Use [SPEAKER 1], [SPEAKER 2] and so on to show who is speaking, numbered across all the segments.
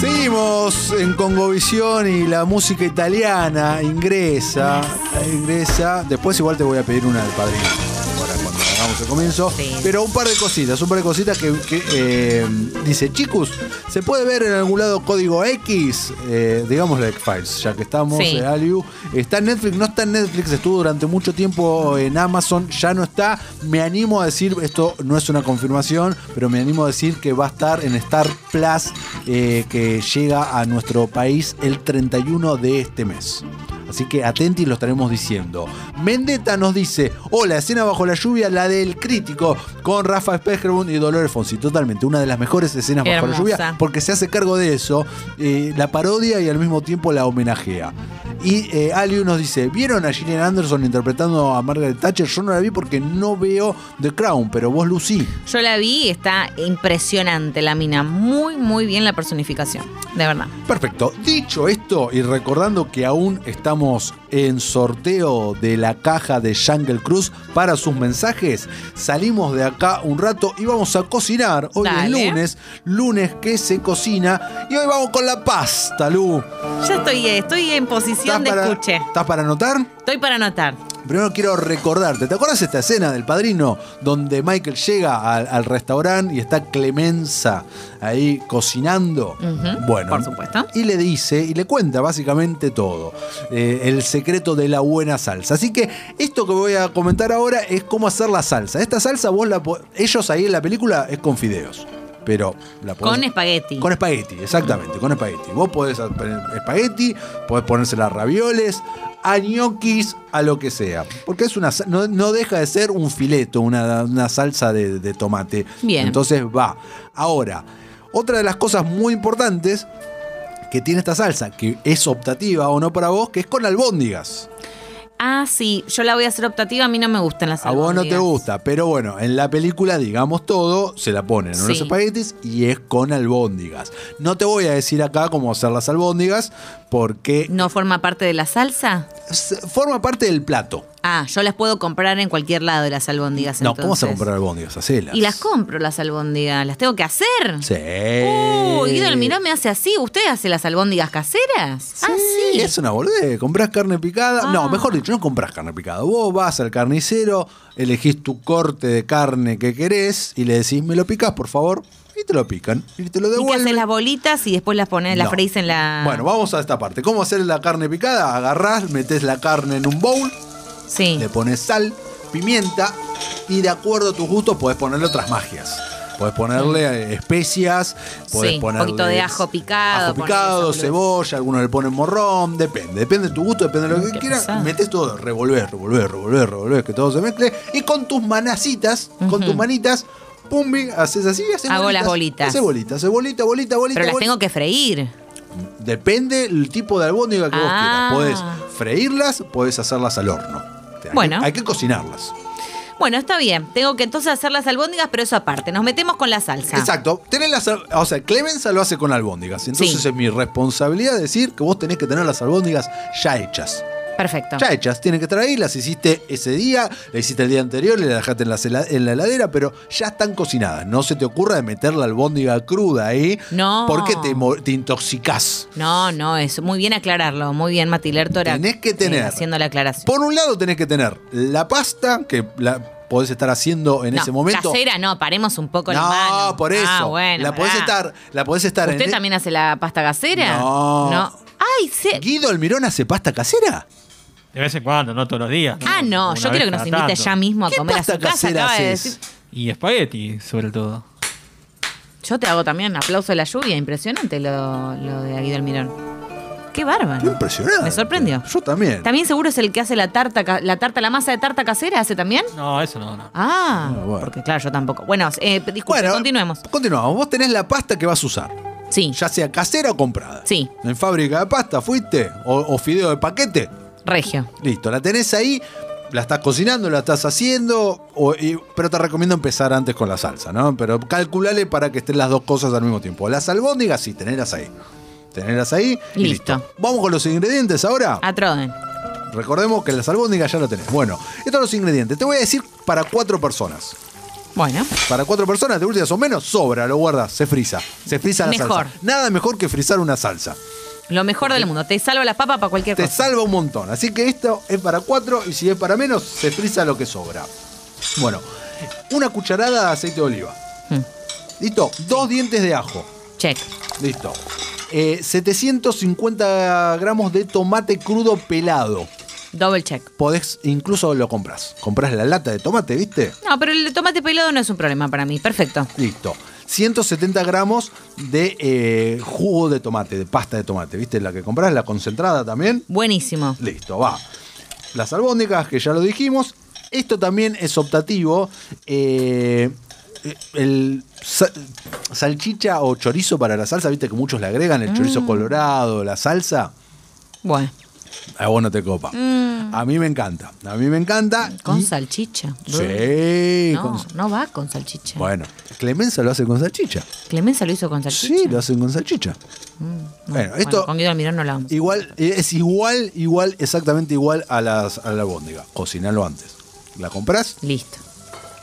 [SPEAKER 1] Seguimos en Congovisión y la música italiana ingresa, ingresa. Después igual te voy a pedir una del padrino para cuando hagamos el comienzo.
[SPEAKER 2] Sí.
[SPEAKER 1] Pero un par de cositas, un par de cositas que, que, eh, dice, chicos, ¿se puede ver en algún lado código X? Eh, digamos la X-Files, ya que estamos,
[SPEAKER 2] Sí.
[SPEAKER 1] eh, Aliu. Está en Netflix, no está en Netflix, estuvo durante mucho tiempo en Amazon, ya no está. Me animo a decir, esto no es una confirmación, pero me animo a decir que va a estar en Star Plus, eh, que llega a nuestro país el 31 de este mes. Así que atenti, lo estaremos diciendo. Mendetta nos dice: Hola, escena bajo la lluvia, la del crítico, con Rafa Spejerboom y Dolores Fonsi. Totalmente, una de las mejores escenas
[SPEAKER 2] Qué
[SPEAKER 1] bajo la
[SPEAKER 2] hermosa.
[SPEAKER 1] lluvia, porque se hace cargo de eso, eh, la parodia y al mismo tiempo la homenajea. Y eh, Aliu nos dice: ¿Vieron a Gillian Anderson interpretando a Margaret Thatcher? Yo no la vi porque no veo The Crown, pero vos Lucy.
[SPEAKER 2] Yo la vi y está impresionante la mina. Muy, muy bien la personificación. De verdad.
[SPEAKER 1] Perfecto. Dicho esto, y recordando que aún estamos en sorteo de la caja de Jungle Cruz para sus mensajes, salimos de acá un rato y vamos a cocinar. Hoy es
[SPEAKER 2] Dale.
[SPEAKER 1] lunes, lunes que se cocina, y hoy vamos con la pasta, Lu.
[SPEAKER 2] Ya estoy, eh, estoy en posición de
[SPEAKER 1] para,
[SPEAKER 2] escuche.
[SPEAKER 1] ¿Estás para anotar?
[SPEAKER 2] Estoy para anotar.
[SPEAKER 1] Primero quiero recordarte, ¿te acuerdas esta escena del padrino donde Michael llega al, al restaurante y está Clemenza ahí cocinando?
[SPEAKER 2] Ujú,
[SPEAKER 1] bueno,
[SPEAKER 2] por supuesto.
[SPEAKER 1] Y le dice y le cuenta básicamente todo, eh, el secreto de la buena salsa. Así que esto que voy a comentar ahora es cómo hacer la salsa. Esta salsa vos la po- ellos ahí en la película es con fideos, pero la podés-
[SPEAKER 2] Con espagueti.
[SPEAKER 1] con espagueti, exactamente, con espagueti. Vos podés poner espagueti, podés ponérsela a ravioles, a ñoquis, a lo que sea. Porque es una sa- no, no deja de ser un fileto, una, una salsa de, de tomate.
[SPEAKER 2] Bien.
[SPEAKER 1] Entonces va. Ahora, otra de las cosas muy importantes que tiene esta salsa, que es optativa o no para vos, que es con albóndigas.
[SPEAKER 2] Ah, sí. Yo la voy a hacer optativa. A mí no me gustan las
[SPEAKER 1] A vos no te
[SPEAKER 2] albóndigas.
[SPEAKER 1] gusta, pero bueno, en la película, digamos todo, se la ponen en unos
[SPEAKER 2] Sí.
[SPEAKER 1] espaguetis y es con albóndigas. No te voy a decir acá cómo hacer las albóndigas porque
[SPEAKER 2] ¿No forma parte de la salsa?
[SPEAKER 1] s- forma parte del plato.
[SPEAKER 2] Ah, yo las puedo comprar en cualquier lado de las albóndigas.
[SPEAKER 1] No,
[SPEAKER 2] entonces.
[SPEAKER 1] ¿cómo vas a comprar albóndigas? Hacelas.
[SPEAKER 2] Y las compro las albóndigas. ¿Las tengo que hacer?
[SPEAKER 1] Sí.
[SPEAKER 2] Uy, Guido Almirón me hace así. ¿Usted hace las albóndigas caseras? ah, sí.
[SPEAKER 1] Es una boludez. Comprás carne picada. No,
[SPEAKER 2] Ah.
[SPEAKER 1] mejor dicho, no comprás carne picada. Vos vas al carnicero, elegís tu corte de carne que querés y le decís, me lo picás, por favor. Y te lo pican. Y te lo
[SPEAKER 2] Y que
[SPEAKER 1] devuelven.
[SPEAKER 2] haces las bolitas y después las pones, las
[SPEAKER 1] No.
[SPEAKER 2] freís en Eh, la.
[SPEAKER 1] Bueno, vamos a esta parte. ¿Cómo hacer la carne picada? Agarrás, metes la carne en un bowl,
[SPEAKER 2] Sí.
[SPEAKER 1] le pones sal, pimienta y de acuerdo a tus gustos podés ponerle otras magias. Podés ponerle eh, especias, podés
[SPEAKER 2] Mm. Sí, un
[SPEAKER 1] ponerle
[SPEAKER 2] poquito de ajo picado,
[SPEAKER 1] ajo
[SPEAKER 2] ponele
[SPEAKER 1] picado,
[SPEAKER 2] esa boludez.
[SPEAKER 1] cebolla, algunos le ponen morrón, depende, depende de tu gusto, depende de lo
[SPEAKER 2] Mm,
[SPEAKER 1] que
[SPEAKER 2] qué
[SPEAKER 1] quieras.
[SPEAKER 2] pesado.
[SPEAKER 1] Metes todo, revolver, revolver, revolver, revolver, que todo se mezcle y con tus manacitas, con tus manitas, pumbi, haces así, haces
[SPEAKER 2] Hago las bolitas.
[SPEAKER 1] Haces bolitas, haces bolita, bolita, bolita.
[SPEAKER 2] Pero las
[SPEAKER 1] bolita.
[SPEAKER 2] tengo que freír.
[SPEAKER 1] Depende el tipo de albóndiga que
[SPEAKER 2] Ah.
[SPEAKER 1] vos quieras. Podés freírlas, podés hacerlas al horno. O sea, hay
[SPEAKER 2] Bueno.
[SPEAKER 1] que- Hay que cocinarlas.
[SPEAKER 2] Bueno, está bien. Tengo que entonces hacer las albóndigas, pero eso aparte. Nos metemos con la salsa.
[SPEAKER 1] Exacto. Tenés las, al- o sea, Clemenza lo hace con albóndigas. Entonces
[SPEAKER 2] Sí.
[SPEAKER 1] es mi responsabilidad decir que vos tenés que tener las albóndigas ya hechas.
[SPEAKER 2] Perfecto.
[SPEAKER 1] Ya hechas. Tienen que estar ahí, las hiciste ese día, las hiciste el día anterior, y las dejaste en la, hela- en la heladera, pero ya están cocinadas. No se te ocurra de meter la albóndiga cruda ahí.
[SPEAKER 2] No.
[SPEAKER 1] Porque te, mo- te intoxicás.
[SPEAKER 2] No, no, es muy bien aclararlo. Muy bien, Mati Lertora.
[SPEAKER 1] Tenés que
[SPEAKER 2] Sí,
[SPEAKER 1] tener
[SPEAKER 2] haciendo la aclaración.
[SPEAKER 1] Por un lado tenés que tener la pasta, que la podés estar haciendo en
[SPEAKER 2] No,
[SPEAKER 1] ese momento.
[SPEAKER 2] Casera, no, paremos un poco la mano.
[SPEAKER 1] no, por eso.
[SPEAKER 2] Ah, bueno,
[SPEAKER 1] la podés
[SPEAKER 2] pará.
[SPEAKER 1] estar, la podés estar
[SPEAKER 2] ¿Usted
[SPEAKER 1] en- e-
[SPEAKER 2] también hace la pasta casera?
[SPEAKER 1] No.
[SPEAKER 2] Ay, se...
[SPEAKER 1] ¿Guido Almirón hace pasta casera?
[SPEAKER 3] De vez en cuando, no todos los días.
[SPEAKER 2] Ah, no,
[SPEAKER 3] Una
[SPEAKER 2] yo
[SPEAKER 3] vez
[SPEAKER 2] quiero que nos
[SPEAKER 3] cada
[SPEAKER 2] invite
[SPEAKER 3] tanto.
[SPEAKER 2] ya mismo a
[SPEAKER 1] ¿Qué
[SPEAKER 2] comer a
[SPEAKER 1] pasta
[SPEAKER 2] su casa.
[SPEAKER 1] casera
[SPEAKER 2] Acaba de
[SPEAKER 1] haces?
[SPEAKER 2] decir.
[SPEAKER 3] Y espagueti, sobre todo.
[SPEAKER 2] Yo te hago también aplauso de la lluvia. Impresionante lo, lo de Guido Almirón. Qué bárbaro.
[SPEAKER 1] Qué impresionante.
[SPEAKER 2] Me sorprendió.
[SPEAKER 1] Yo también.
[SPEAKER 2] También seguro es el que hace la tarta, ca- la tarta, la masa de tarta casera, ¿hace también?
[SPEAKER 3] No, eso no, no.
[SPEAKER 2] Ah,
[SPEAKER 1] Ah, bueno.
[SPEAKER 2] porque claro, yo tampoco. Bueno, eh, disculpe, continuemos.
[SPEAKER 1] Continuamos. Vos tenés la pasta que vas a usar,
[SPEAKER 2] Sí,
[SPEAKER 1] ya sea casera o comprada.
[SPEAKER 2] Sí.
[SPEAKER 1] En fábrica de pasta fuiste, o, o fideo de paquete.
[SPEAKER 2] Regio.
[SPEAKER 1] Listo, la tenés ahí, la estás cocinando, la estás haciendo, o- y- pero te recomiendo empezar antes con la salsa, ¿no? Pero calculale para que estén las dos cosas al mismo tiempo. Las albóndigas, sí, tenerlas ahí. Tenerlas ahí y listo.
[SPEAKER 2] Listo.
[SPEAKER 1] Vamos con los ingredientes ahora.
[SPEAKER 2] A Troden.
[SPEAKER 1] Recordemos que las albóndigas ya lo tenés. Bueno, estos son los ingredientes. Te voy a decir para cuatro personas.
[SPEAKER 2] Bueno.
[SPEAKER 1] Para cuatro personas, de últimas o menos, sobra, lo guardas, se frisa. Se frisa la
[SPEAKER 2] Mejor.
[SPEAKER 1] salsa. Nada mejor que frizar una salsa.
[SPEAKER 2] Lo mejor del mundo. Te salva las papas para cualquier
[SPEAKER 1] Te
[SPEAKER 2] cosa.
[SPEAKER 1] salva un montón. Así que esto es para cuatro y si es para menos, se frisa lo que sobra. Bueno, una cucharada de aceite de oliva.
[SPEAKER 2] Mm.
[SPEAKER 1] Listo, dos dientes de ajo.
[SPEAKER 2] Check.
[SPEAKER 1] Listo. Eh, 750 gramos de tomate crudo pelado.
[SPEAKER 2] Double check.
[SPEAKER 1] Podés, incluso lo compras. Compras la lata de tomate, ¿viste?
[SPEAKER 2] No, pero el tomate pelado no es un problema para mí. Perfecto.
[SPEAKER 1] Listo. 170 gramos de eh, jugo de tomate, de pasta de tomate, ¿viste? La que compras, la concentrada también.
[SPEAKER 2] Buenísimo.
[SPEAKER 1] Listo, va. Las albóndigas, que ya lo dijimos. Esto también es optativo. Eh, el sa- salchicha o chorizo para la salsa, viste que muchos le agregan el
[SPEAKER 2] Mm.
[SPEAKER 1] chorizo colorado, la salsa.
[SPEAKER 2] Bueno.
[SPEAKER 1] A vos no te copa. A mí me encanta. A mí me encanta.
[SPEAKER 2] Mm. Con
[SPEAKER 1] Y-
[SPEAKER 2] salchicha.
[SPEAKER 1] Sí.
[SPEAKER 2] No,
[SPEAKER 1] con-
[SPEAKER 2] no va con salchicha.
[SPEAKER 1] Bueno, Clemenza lo hace con salchicha.
[SPEAKER 2] Clemenza lo hizo con salchicha.
[SPEAKER 1] Sí, lo hacen con salchicha. Bueno, esto
[SPEAKER 2] con Guido Almirón no la vamos.
[SPEAKER 1] igual eh, es igual, igual, exactamente igual a, las, a la albóndiga. Cocinalo antes. La compras,
[SPEAKER 2] Listo.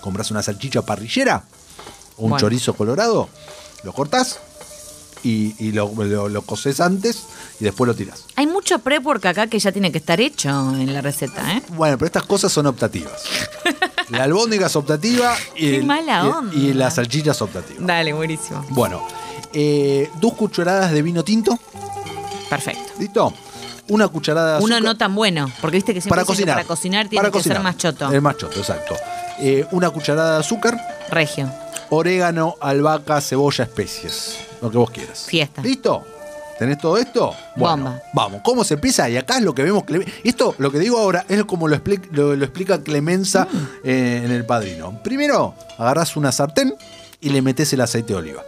[SPEAKER 1] compras una salchicha parrillera, un
[SPEAKER 2] Bueno.
[SPEAKER 1] chorizo colorado, lo cortás y, y lo, lo, lo coces antes y después lo tirás.
[SPEAKER 2] Hay mucho pre porque acá que ya tiene que estar hecho en la receta, ¿eh?
[SPEAKER 1] Bueno, pero estas cosas son optativas. La albóndiga es optativa y,
[SPEAKER 2] Qué
[SPEAKER 1] el-
[SPEAKER 2] mala
[SPEAKER 1] y-
[SPEAKER 2] onda.
[SPEAKER 1] y la salchicha es optativa.
[SPEAKER 2] Dale, buenísimo.
[SPEAKER 1] Bueno, eh, dos cucharadas de vino tinto,
[SPEAKER 2] Perfecto.
[SPEAKER 1] ¿listo? Una cucharada de
[SPEAKER 2] Uno
[SPEAKER 1] azúcar.
[SPEAKER 2] no tan bueno, porque viste que
[SPEAKER 1] para
[SPEAKER 2] siempre dicen que
[SPEAKER 1] cocinar.
[SPEAKER 2] para cocinar tiene
[SPEAKER 1] Para
[SPEAKER 2] que
[SPEAKER 1] cocinar.
[SPEAKER 2] ser más choto.
[SPEAKER 1] Es más choto, exacto. Eh, una cucharada de azúcar,
[SPEAKER 2] Regio.
[SPEAKER 1] orégano, albahaca, cebolla, especies. Lo que vos quieras.
[SPEAKER 2] Fiesta.
[SPEAKER 1] ¿Listo? ¿Tenés todo esto? Bueno,
[SPEAKER 2] Bomba.
[SPEAKER 1] Vamos, ¿cómo se empieza? Y acá es lo que vemos. Clem- Esto, lo que digo ahora, es como lo, expli- lo- lo explica Clemenza
[SPEAKER 2] Mm.
[SPEAKER 1] eh, en El Padrino. Primero, agarrás una sartén y le metés el aceite de oliva.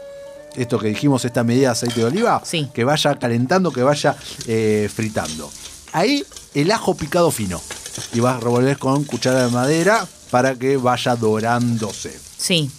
[SPEAKER 1] Esto que dijimos, esta medida de aceite de oliva,
[SPEAKER 2] Sí.
[SPEAKER 1] que vaya calentando, que vaya eh, fritando. Ahí, el ajo picado fino. Y vas a revolver con cuchara de madera para que vaya dorándose.
[SPEAKER 2] Sí.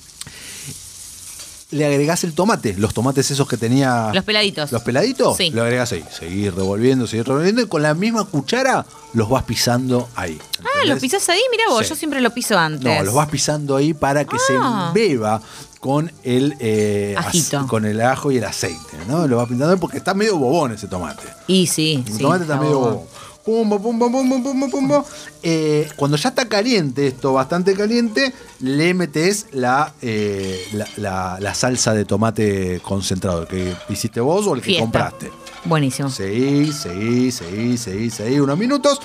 [SPEAKER 1] Le agregás el tomate, los tomates esos que tenía.
[SPEAKER 2] Los peladitos.
[SPEAKER 1] ah, ¿Los peladitos?
[SPEAKER 2] Sí.
[SPEAKER 1] Lo agregas ahí. Seguir revolviendo, seguir revolviendo. Y con la misma cuchara los vas pisando ahí.
[SPEAKER 2] Ah, ¿lo
[SPEAKER 1] ¿entendés?
[SPEAKER 2] pisás ahí? Mira vos,
[SPEAKER 1] Sí.
[SPEAKER 2] yo siempre lo piso antes.
[SPEAKER 1] No, los vas pisando ahí para que
[SPEAKER 2] Ah.
[SPEAKER 1] se beba con el, eh, ac-
[SPEAKER 2] Ajito.
[SPEAKER 1] con el ajo y el aceite. ¿no? Lo vas pintando porque está medio bobón ese tomate.
[SPEAKER 2] Y sí.
[SPEAKER 1] El
[SPEAKER 2] sí,
[SPEAKER 1] tomate está
[SPEAKER 2] no.
[SPEAKER 1] medio bobón. Pumbo, pumbo, pumbo, pumbo, pumbo. Eh, cuando ya está caliente esto, bastante caliente, le metes la, eh, la, la- la salsa de tomate concentrado, el que hiciste vos o el que
[SPEAKER 2] Fiesta.
[SPEAKER 1] compraste.
[SPEAKER 2] Buenísimo.
[SPEAKER 1] Seguí, seguí, seguí, seguí, seguí unos minutos.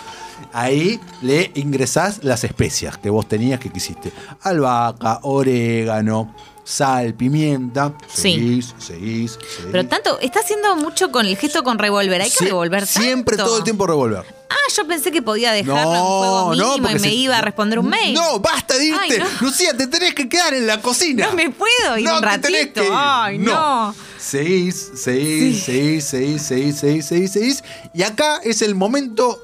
[SPEAKER 1] Ahí le ingresás las especias que vos tenías que quisiste. Albahaca, orégano, sal, pimienta.
[SPEAKER 2] Sí.
[SPEAKER 1] Seguís, seguís, seguís.
[SPEAKER 2] Pero tanto, está haciendo mucho con el gesto con revolver. Hay que
[SPEAKER 1] Sie-
[SPEAKER 2] revolver tanto.
[SPEAKER 1] Siempre todo el tiempo revolver.
[SPEAKER 2] Ah, yo pensé que podía dejarlo en juego mínimo
[SPEAKER 1] porque
[SPEAKER 2] y me
[SPEAKER 1] se-
[SPEAKER 2] iba a responder un mail.
[SPEAKER 1] No, basta de irte.
[SPEAKER 2] Ay, no.
[SPEAKER 1] Lucía, te tenés que quedar en la cocina.
[SPEAKER 2] No me puedo ir un
[SPEAKER 1] te tenés
[SPEAKER 2] ratito.
[SPEAKER 1] que ir.
[SPEAKER 2] Ay, no.
[SPEAKER 1] Seguís, seguís, seguís, seguís, seguís, seguís, seguís, seguís. Y acá es el momento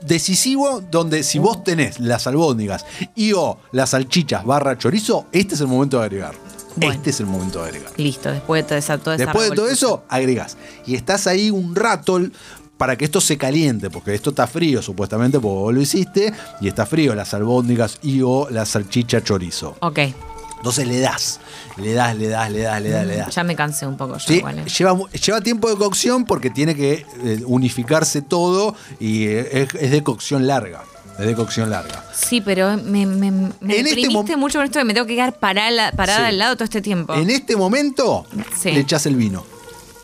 [SPEAKER 1] decisivo donde si vos tenés las albóndigas y o las salchichas barra chorizo, este es el momento de agregar.
[SPEAKER 2] Bueno.
[SPEAKER 1] Este es el momento de agregar.
[SPEAKER 2] Listo, después de toda esa, toda esa
[SPEAKER 1] Después de todo
[SPEAKER 2] revoltura.
[SPEAKER 1] eso, agregás. Y estás ahí un rato l- para que esto se caliente, porque esto está frío supuestamente, porque vos lo hiciste, y está frío las albóndigas y o la salchicha chorizo.
[SPEAKER 2] Ok,
[SPEAKER 1] Entonces le das, le das, le das, le das, le das, le das.
[SPEAKER 2] Mm, ya me cansé un poco. Yo
[SPEAKER 1] Sí,
[SPEAKER 2] igual, eh.
[SPEAKER 1] lleva, mu- lleva tiempo de cocción porque tiene que eh, unificarse todo y eh, es, es de cocción larga. Es de cocción larga.
[SPEAKER 2] Sí, pero me, me, me
[SPEAKER 1] En este
[SPEAKER 2] deprimiste
[SPEAKER 1] mom-
[SPEAKER 2] mucho con esto que me tengo que quedar parada, parada
[SPEAKER 1] Sí.
[SPEAKER 2] al lado todo este tiempo.
[SPEAKER 1] En este momento
[SPEAKER 2] Sí.
[SPEAKER 1] le echás el vino.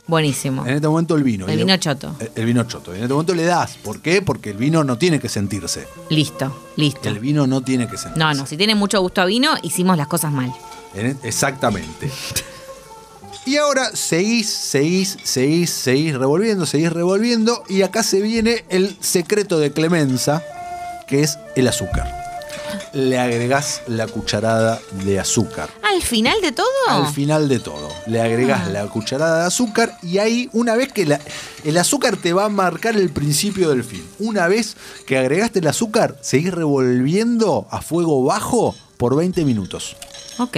[SPEAKER 2] Buenísimo.
[SPEAKER 1] En este momento el vino.
[SPEAKER 2] El
[SPEAKER 1] Y le-
[SPEAKER 2] vino choto.
[SPEAKER 1] El, el vino choto. Y En este momento le das. ¿Por qué? Porque el vino no tiene que sentirse.
[SPEAKER 2] Listo, listo.
[SPEAKER 1] El vino no tiene que sentirse.
[SPEAKER 2] No, no, si tiene mucho gusto a vino, hicimos las cosas mal.
[SPEAKER 1] En- e, Exactamente. Y ahora seguís, seguís, seguís, seguís revolviendo, seguís revolviendo. Y acá se viene el secreto de Clemenza, que es el azúcar. Le agregás la cucharada de azúcar.
[SPEAKER 2] ¿Al final de todo?
[SPEAKER 1] Al final de todo, le agregás
[SPEAKER 2] Ah.
[SPEAKER 1] la cucharada de azúcar y ahí, una vez que la- el azúcar te va a marcar el principio del fin. Una vez que agregaste el azúcar, seguís revolviendo a fuego bajo por 20 minutos.
[SPEAKER 2] Ok.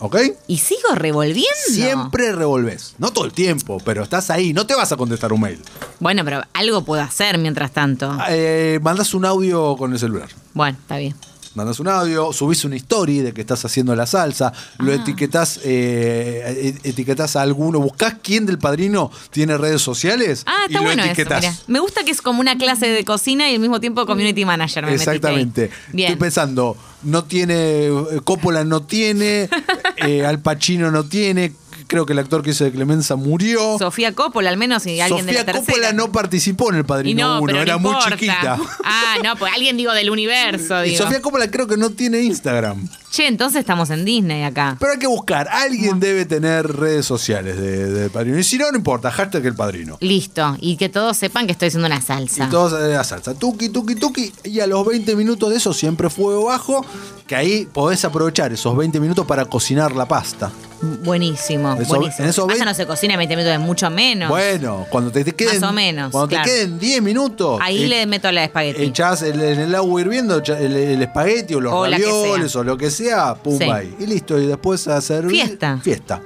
[SPEAKER 1] ¿Ok?
[SPEAKER 2] ¿Y sigo revolviendo?
[SPEAKER 1] Siempre revolves. No todo el tiempo, pero estás ahí. No te vas a contestar un mail.
[SPEAKER 2] Bueno,
[SPEAKER 1] Ah.
[SPEAKER 2] pero algo puedo hacer mientras tanto.
[SPEAKER 1] Eh, mandas un audio con el celular.
[SPEAKER 2] Bueno, está bien.
[SPEAKER 1] Mandas un audio, subís una story de que estás haciendo la salsa, lo etiquetás, eh, e- etiquetás a alguno, buscás quién del padrino tiene redes sociales
[SPEAKER 2] Ah,
[SPEAKER 1] y
[SPEAKER 2] está
[SPEAKER 1] lo
[SPEAKER 2] bueno eso.
[SPEAKER 1] etiquetás.
[SPEAKER 2] mirá. Me gusta que es como una clase de cocina y al mismo tiempo community manager. Me metiste ahí.
[SPEAKER 1] Exactamente.
[SPEAKER 2] Bien.
[SPEAKER 1] Estoy pensando, no tiene, eh, Coppola no tiene, eh, Al Pacino no tiene, creo que el actor que hizo de Clemenza murió.
[SPEAKER 2] Sofía Coppola, al menos, y alguien de
[SPEAKER 1] Sofía
[SPEAKER 2] la tercera.
[SPEAKER 1] Coppola no participó en El
[SPEAKER 2] y
[SPEAKER 1] Padrino
[SPEAKER 2] no,
[SPEAKER 1] 1,
[SPEAKER 2] pero no
[SPEAKER 1] era muy
[SPEAKER 2] importa.
[SPEAKER 1] chiquita.
[SPEAKER 2] Ah, no, pues alguien digo del universo,
[SPEAKER 1] Y
[SPEAKER 2] digo.
[SPEAKER 1] Sofía Coppola creo que no tiene Instagram.
[SPEAKER 2] Che, entonces estamos en Disney acá.
[SPEAKER 1] Pero hay que buscar, alguien debe tener redes sociales de, de Padrino. Y si no, no importa, hashtag El Padrino.
[SPEAKER 2] Listo. Y que todos sepan que estoy haciendo una salsa.
[SPEAKER 1] Y todos eh, la salsa. Tuki, tuki, tuki. Y a los 20 minutos de eso, siempre fuego bajo, que ahí podés aprovechar esos 20 minutos para cocinar la pasta.
[SPEAKER 2] Buenísimo.
[SPEAKER 1] Eso-
[SPEAKER 2] buenísimo.
[SPEAKER 1] en eso
[SPEAKER 2] Pasa
[SPEAKER 1] ve-
[SPEAKER 2] no se cocina en 20 minutos, es mucho menos.
[SPEAKER 1] Bueno, cuando te, te queden.
[SPEAKER 2] Más o menos,
[SPEAKER 1] Cuando
[SPEAKER 2] claro.
[SPEAKER 1] te queden 10 minutos.
[SPEAKER 2] Ahí
[SPEAKER 1] eh,
[SPEAKER 2] le meto la espagueti.
[SPEAKER 1] Echás el- en el agua hirviendo echa- el, el espagueti o los
[SPEAKER 2] O la que
[SPEAKER 1] ravioles
[SPEAKER 2] sea.
[SPEAKER 1] o lo que sea, pum,
[SPEAKER 2] Sí.
[SPEAKER 1] ahí. Y listo, y después a servir.
[SPEAKER 2] Fiesta.
[SPEAKER 1] Fiesta.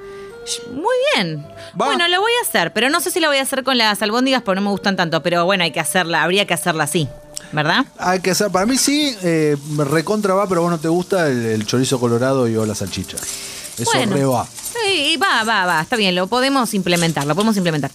[SPEAKER 2] Muy bien.
[SPEAKER 1] Va.
[SPEAKER 2] Bueno, lo voy a hacer, pero no sé si lo voy a hacer con las albóndigas porque no me gustan tanto, pero bueno, hay que hacerla, habría que hacerla así, ¿verdad?
[SPEAKER 1] Hay que hacer, para mí sí, eh, me recontra va, pero a vos no te gusta el, el chorizo colorado y o la salchicha. Eso
[SPEAKER 2] bueno.
[SPEAKER 1] re va.
[SPEAKER 2] Sí, va, va, va, está bien, lo podemos implementar, lo podemos implementar.